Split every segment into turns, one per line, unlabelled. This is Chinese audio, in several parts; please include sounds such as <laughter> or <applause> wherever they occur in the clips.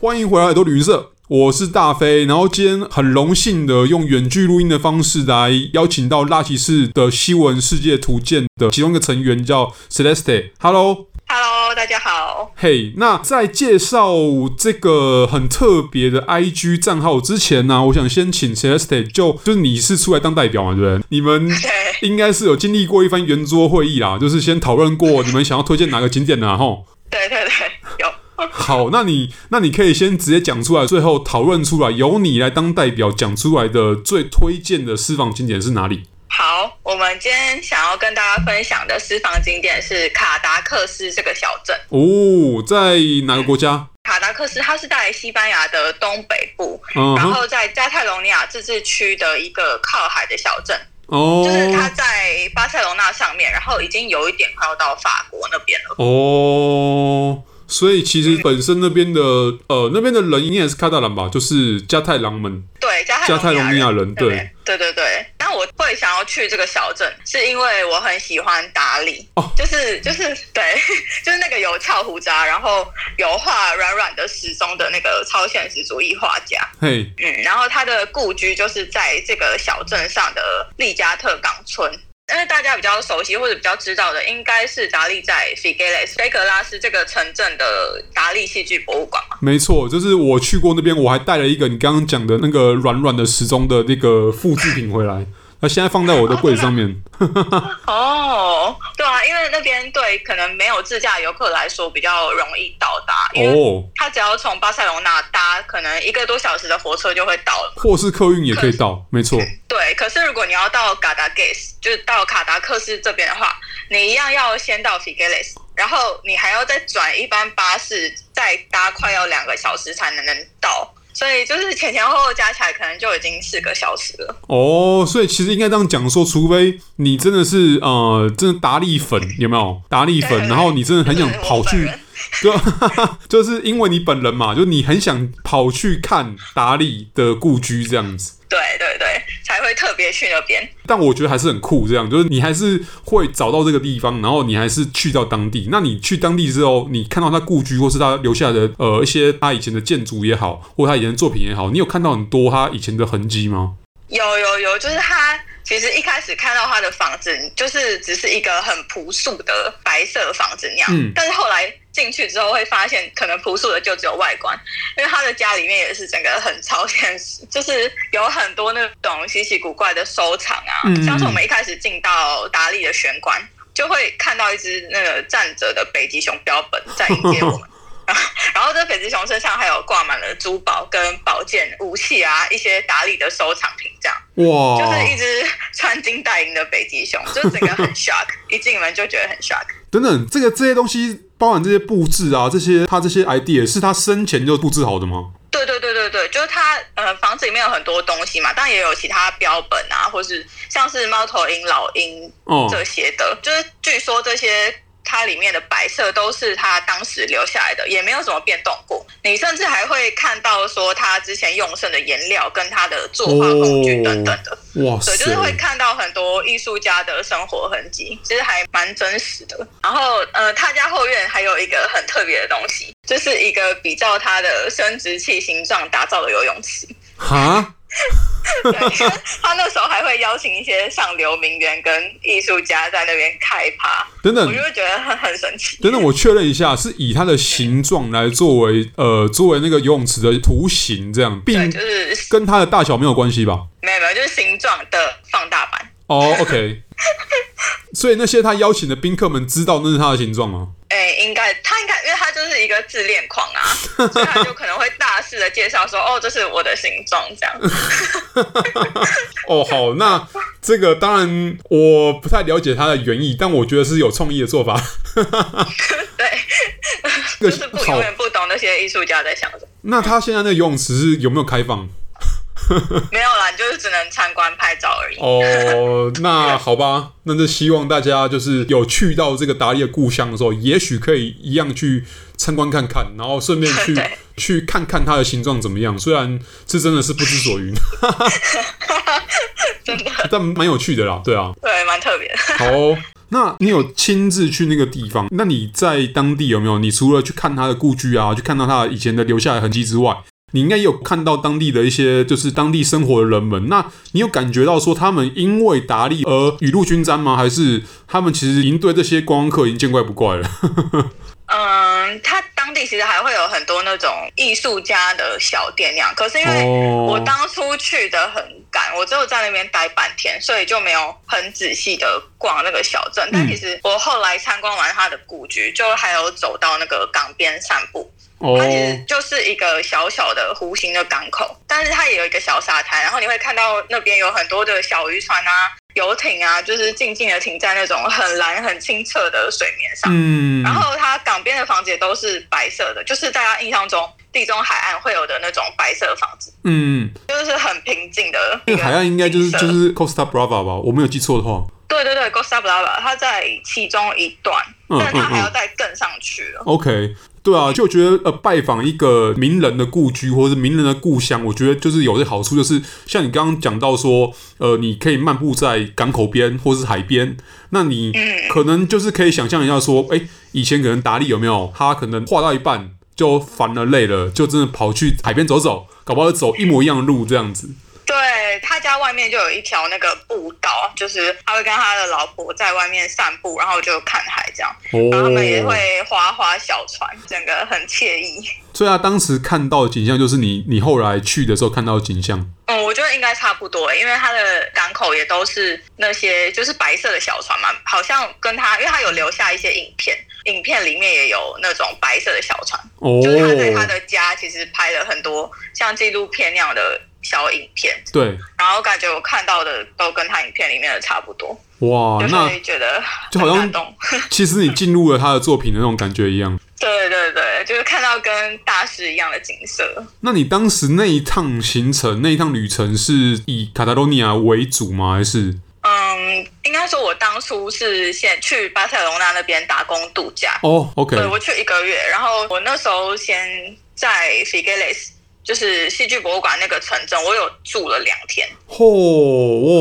欢迎回来，耳朵旅行社，我是大飞。然后今天很荣幸的用远距录音的方式来邀请到拉骑士的西文世界图鉴的其中一个成员叫 Celeste。Hello，
Hello，大家好。
嘿、那在介绍这个很特别的 IG 账号之前呢、我想先请 Celeste 就就是你是出来当代表嘛，对不对？你们
对，
应该是有经历过一番圆桌会议啦，就是先讨论过你们想要推荐哪个景点啦，吼。
对对对，有。
好，那你那你可以先直接讲出来，最后讨论出来，由你来当代表讲出来的最推荐的私房景点是哪里？
好，我们今天想要跟大家分享的私房景点是卡达克斯这个小镇。
哦，在哪个国家？
卡达克斯它是在西班牙的东北部，
嗯
然
哼，
后在加泰隆尼亚自治区的一个靠海的小镇，
哦
就是它在巴塞罗那上面，然后已经有一点快要到法国那边了。
哦，所以其实本身那边的呃那边的人应该也是卡达兰吧，就是加泰朗们
对，加泰
加泰隆尼
人
亚人，对。
对对对，那我会想要去这个小镇，是因为我很喜欢达利，
哦
就是就是对， <laughs> 就是那个有翘胡渣，然后有画软软的时钟的那个超现实主义画家，
嘿，
嗯，然后他的故居就是在这个小镇上的利加特港村。因为大家比较熟悉或者比较知道的，应该是达利在 Figueres 菲格拉斯这个城镇的达利戏剧博物馆嘛。
没错，就是我去过那边，我还带了一个你刚刚讲的那个软软的时钟的那个复制品回来，那现在放在我的柜子上 <laughs> 面。
哦，对啊，因为那边对可能没有自驾游客来说比较容易到达，因为
哦，
他只要从巴塞罗那搭可能一个多小时的火车就会到了。
或是客运也可以到，没错。
对，可是如果你要到卡达 g a s 就是到卡达克斯这边的话，你一样要先到 Figueres，然后你还要再转一班巴士，再搭快要两个小时才能能到。所以就是前前后后加起来，可能就已经四个小时了。
哦，所以其实应该这样讲说，除非你真的是呃，真的达利粉，有没有达利
对
粉？
对
然后你真的很想
就是我
跑
本
去
人，
就就是因为你本人嘛，就你很想跑去看达利的故居这样子。
对对对，才会特别去那边。
但我觉得还是很酷，这样就是你还是会找到这个地方，然后你还是去到当地。那你去当地之后，你看到他故居或是他留下的呃一些他以前的建筑也好，或他以前的作品也好，你有看到很多他以前的痕迹吗？
有有有，就是他其实一开始看到他的房子，就是只是一个很朴素的白色房子那样，
嗯
但是后来进去之后会发现，可能朴素的就只有外观，因为他的家里面也是整个很超现实，就是有很多那种稀奇古怪的收藏啊，
嗯
像是我们一开始进到达利的玄关，就会看到一只那个站着的北极熊标本在迎接我们。然后这北极熊身上还有挂满了珠宝跟宝剑、武器啊，一些达利的收藏品这样。
哇，
就是一只穿金戴银的北极熊，就整个很 shock，一进门就觉得很 shock。
等等，这个这些东西包含这些布置啊，这些他这些 idea 是他生前就布置好的吗？
对对对对对，就是它呃房子里面有很多东西嘛，但也有其他标本啊，或是像是猫头鹰、老鹰
哦
这些的，就是据说这些。它里面的摆设都是他当时留下来的，也没有什么变动过。你甚至还会看到说他之前用剩的颜料跟他的作画工具等等的。
哇塞，
对，就是会看到很多艺术家的生活痕迹，其实还蛮真实的。然后，呃，他家后院还有一个很特别的东西，就是一个比照他的生殖器形状打造的游泳池。
哈，
对， <laughs> 他那时候还会邀请一些上流名媛跟艺术家在那边开趴，
等等
我就会觉得很很神奇。
等等，我确认一下，是以它的形状来作为呃作为那个游泳池的图形，这样，
对，
并
就是
跟它的大小没有关系吧？
没有没有，就是形状的放大版。 <laughs>
哦，OK。所以那些他邀请的宾客们知道那是它的形状吗？
哎、应该他应该，因为他就是一个自恋狂啊，
<laughs>
所以他就可能会大肆的介绍说，哦，这是我的形状这样。
哦，好，那这个当然我不太了解它的原意，但我觉得是有创意的做法。
对，
这
就是不永远不懂那些艺术家在想什么。
那他现在那个游泳池是有没有开放？
没有啦，你就是只能参观拍照而已。
哦，那好吧，那就希望大家就是有去到这个达利的故乡的时候，也许可以一样去参观看看，然后顺便去
对
去看看它的形状怎么样。虽然是真的是不知所
<laughs>
云， <laughs>
真的，
但蛮有趣的啦，对啊。
对，蛮特别的。
好哦、那你有亲自去那个地方？那你在当地有没有？你除了去看他的故居啊，去看到他以前的留下来的痕迹之外，你应该也有看到当地的一些就是当地生活的人们。那你有感觉到说他们因为达利而雨露均沾吗？还是他们其实已经对这些观光客已经见怪不怪了？
嗯，它当地其实还会有很多那种艺术家的小店那样，可是因为
哦
我当初去的很赶，我只有在那边待半天，所以就没有很仔细的逛那个小镇。
嗯
但其实我后来参观完它的故居，就还有走到那个港边散步，
哦
它其实就是一个小小的弧形的港口，但是它也有一个小沙滩，然后你会看到那边有很多的小渔船啊、游艇啊，就是静静的停在那种很蓝、很清澈的水面上。
嗯，
然后它港边的房子也都是白色的，就是大家印象中地中海岸会有的那种白色房子，
嗯，
就是很平静的一
那
个景色。
个海岸应该就是就是 Costa Brava 吧？我没有记错的话。
对对对，Costa Brava，它在其中一段，
嗯
但是它
嗯
还要
嗯
再更上去了。
OK，对啊，就觉得呃，拜访一个名人的故居或者是名人的故乡，我觉得就是有些好处，就是像你刚刚讲到说，呃，你可以漫步在港口边或是海边，那你
嗯
可能就是可以想象一下说，哎、以前可能达利有没有他可能画到一半就烦了累了，就真的跑去海边走走，搞不好就走一模一样的路这样子。
对他家外面就有一条那个步道，就是他会跟他的老婆在外面散步，然后就看海这样，
哦，
然后他们也会划划小船，整个很惬意。
所以他当时看到的景象就是你你后来去的时候看到的景象。
嗯，我觉得应该差不多，欸因为它的港口也都是那些就是白色的小船嘛，好像跟他，因为他有留下一些影片，影片里面也有那种白色的小船，
哦，
就是他在他的家其实拍了很多像纪录片那样的小影片，
对，
然后感觉我看到的都跟他影片里面的差不多。
哇，
就
哦那
是觉得
就好像
很感动。 <laughs>
其实你进入了他的作品的那种感觉一样。
对对对，就是看到跟大师一样的景色。
那你当时那一趟行程、那一趟旅程是以卡塔罗尼亚为主吗？还是
嗯，应该说我当初是先去巴塞隆纳那边打工度假，
哦，OK，
对我去一个月，然后我那时候先在 Figueres。就是戏剧博物馆那个城镇，我有住了两天，
嚯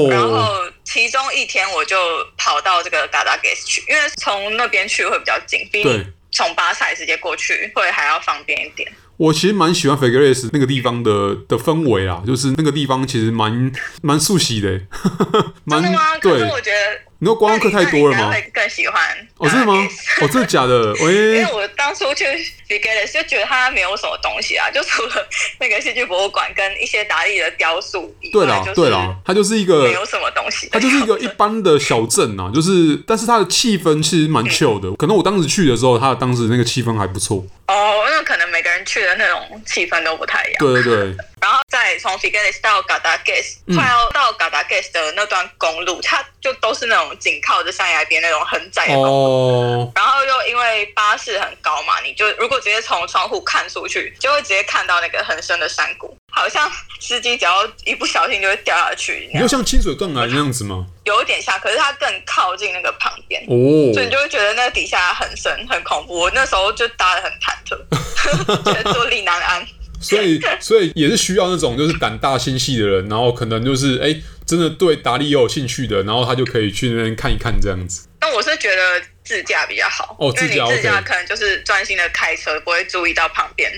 然
哦，
后其中一天我就跑到这个 g a d a g a s 去，因为从那边去会比较近，比
对
你从巴塞直接过去会还要方便一点。
我其实蛮喜欢 f e g r e s 那个地方的的氛围啦，就是那个地方其实蛮蛮熟悉的， <laughs> 蛮
真的吗？可是
对
我，觉得
你说观光客太多了
那
吗
你应该？会更喜欢
哦，真的吗
Galaxy？？
哦，真的假的？
<laughs> 因
喂、
为我当初去 f i g u e r e 就觉得它没有什么东西啊，就除了那个戏剧博物馆跟一些达利的雕塑以
对
外，
啦
就，是
对啦，它就是一个
没有什么东西。
它就是一个一般的小镇啊，就是，但是它的气氛其实蛮 chill 的。可能我当时去的时候，它当时那个气氛还不错。
哦，那可能每个人去的那种气氛都不太一样。
对对对，
然后再从 f i g u e r e 到 g a d a g a s
嗯
快要到 g a d a g a s 的那段公路，它就都是那种紧靠着山崖边那种很窄的公路。
哦，
然后又因为巴士很高嘛，你就如果直接从窗户看出去，就会直接看到那个很深的山谷，好像司机只要一不小心就会掉下去一
你
样
就，像清水断崖那样子吗？
有一点像，可是它更靠近那个旁边。
哦，
所以你就会觉得那底下很深很恐怖，我那时候就搭的很忐忑， <laughs> 觉得坐立难安。
所以所以也是需要那种就是胆大心细的人，然后可能就是哎、真的对达利也有兴趣的，然后他就可以去那边看一看这样子。
但我是觉得自驾比较好，
哦自驾
因为你自驾
OK
可能就是专心的开车，不会注意到旁
<laughs>
边，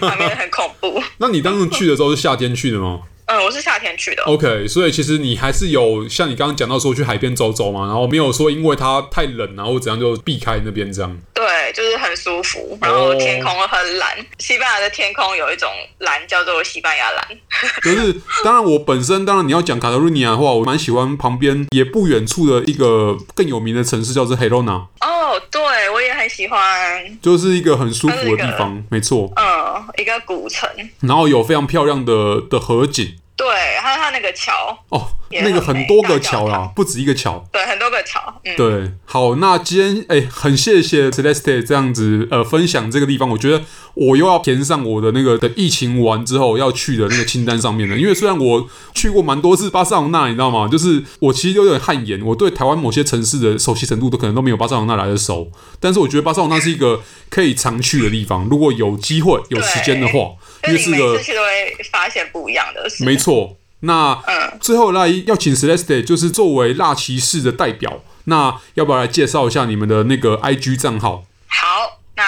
旁边很恐怖。
那你当时去的时候是夏天去的吗
嗯，我是夏天去的，
？OK，所以其实你还是有像你刚刚讲到说去海边走走嘛，然后没有说因为它太冷然后怎样就避开那边这样。
对，就是很舒服，
哦
然后天空很蓝。西班牙的天空有一种蓝叫做西班牙蓝，
就是当然，我本身当然你要讲卡塔卢尼亚的话，我蛮喜欢旁边也不远处的一个更有名的城市，叫做 Helena，
哦，对我也很喜欢，
就是一个很舒服的地方，没错。
嗯，一个古城，
然后有非常漂亮的的河景
对，还有它那个桥，
哦，
也
那个
很
很
美
多个
大教
桥啦
堂，
不止一个桥。
对，很多个桥，嗯，
对，好，那今天哎、很谢谢 Celeste 这样子呃分享这个地方，我觉得我又要填上我的那个的疫情完之后要去的那个清单上面了。因为虽然我去过蛮多次巴塞罗那，你知道吗？就是我其实有点汗颜，我对台湾某些城市的熟悉程度都可能都没有巴塞罗那来的熟。但是我觉得巴塞罗那是一个可以常去的地方，如果有机会有时间的话，因为
就你
是
每
个
次去都会发现不一样的事。
没错。那
嗯，
最后来要请 Celeste，就是作为蜡骑士的代表，那要不要来介绍一下你们的那个 IG 账号？
好，那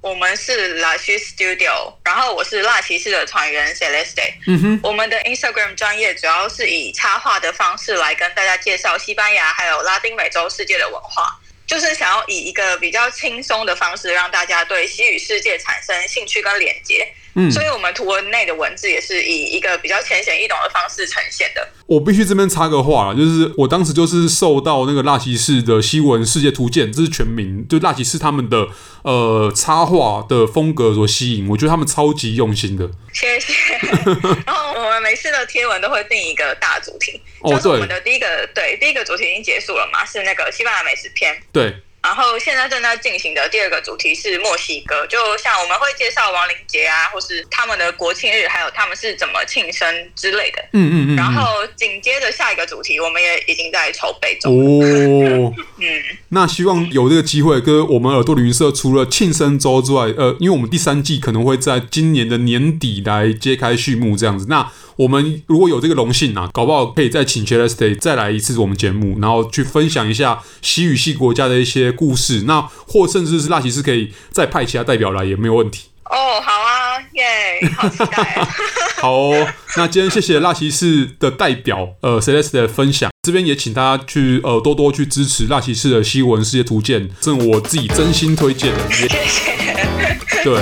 我们是蜡奇 Studio，然后我是蜡骑士的团员 Celeste。
嗯哼，
我们的 Instagram 专业主要是以插画的方式来跟大家介绍西班牙还有拉丁美洲世界的文化，就是想要以一个比较轻松的方式让大家对西语世界产生兴趣跟连接。
嗯，
所以我们图文内的文字也是以一个比较浅显易懂的方式呈现的。
我必须这边插个话了，就是我当时就是受到那个蜡骑士的西文世界图鉴，这是全名，就蜡骑士他们的呃插画的风格所吸引，我觉得他们超级用心的。
谢谢。
<laughs>
然后我们每次的贴文都会定一个大主题，
哦
就是我
对
们的第一个对第一个主题已经结束了嘛，是那个西班牙美食篇。
对，
然后现在正在进行的第二个主题是墨西哥，就像我们会介绍亡灵节啊，或是他们的国庆日，还有他们是怎么庆生之类的。
嗯嗯嗯嗯，
然后紧接着下一个主题，我们也已经在筹备中。
哦，
嗯，
那希望有这个机会，跟我们耳朵旅行社除了庆生周之外，呃，因为我们第三季可能会在今年的年底来揭开序幕这样子。那我们如果有这个荣幸啊，搞不好可以再请 c h e l s t a y 再来一次我们节目，然后去分享一下西语系国家的一些故事。那或甚至是纳奇是可以再派其他代表来也没有问题。
哦，好啊，耶，好期待。啊
好哦、那今天谢谢蜡骑士的代表呃 Celeste 的分享，这边也请大家去呃多多去支持蜡骑士的西文世界图鉴，这我自己真心推荐的。也
谢谢。
对，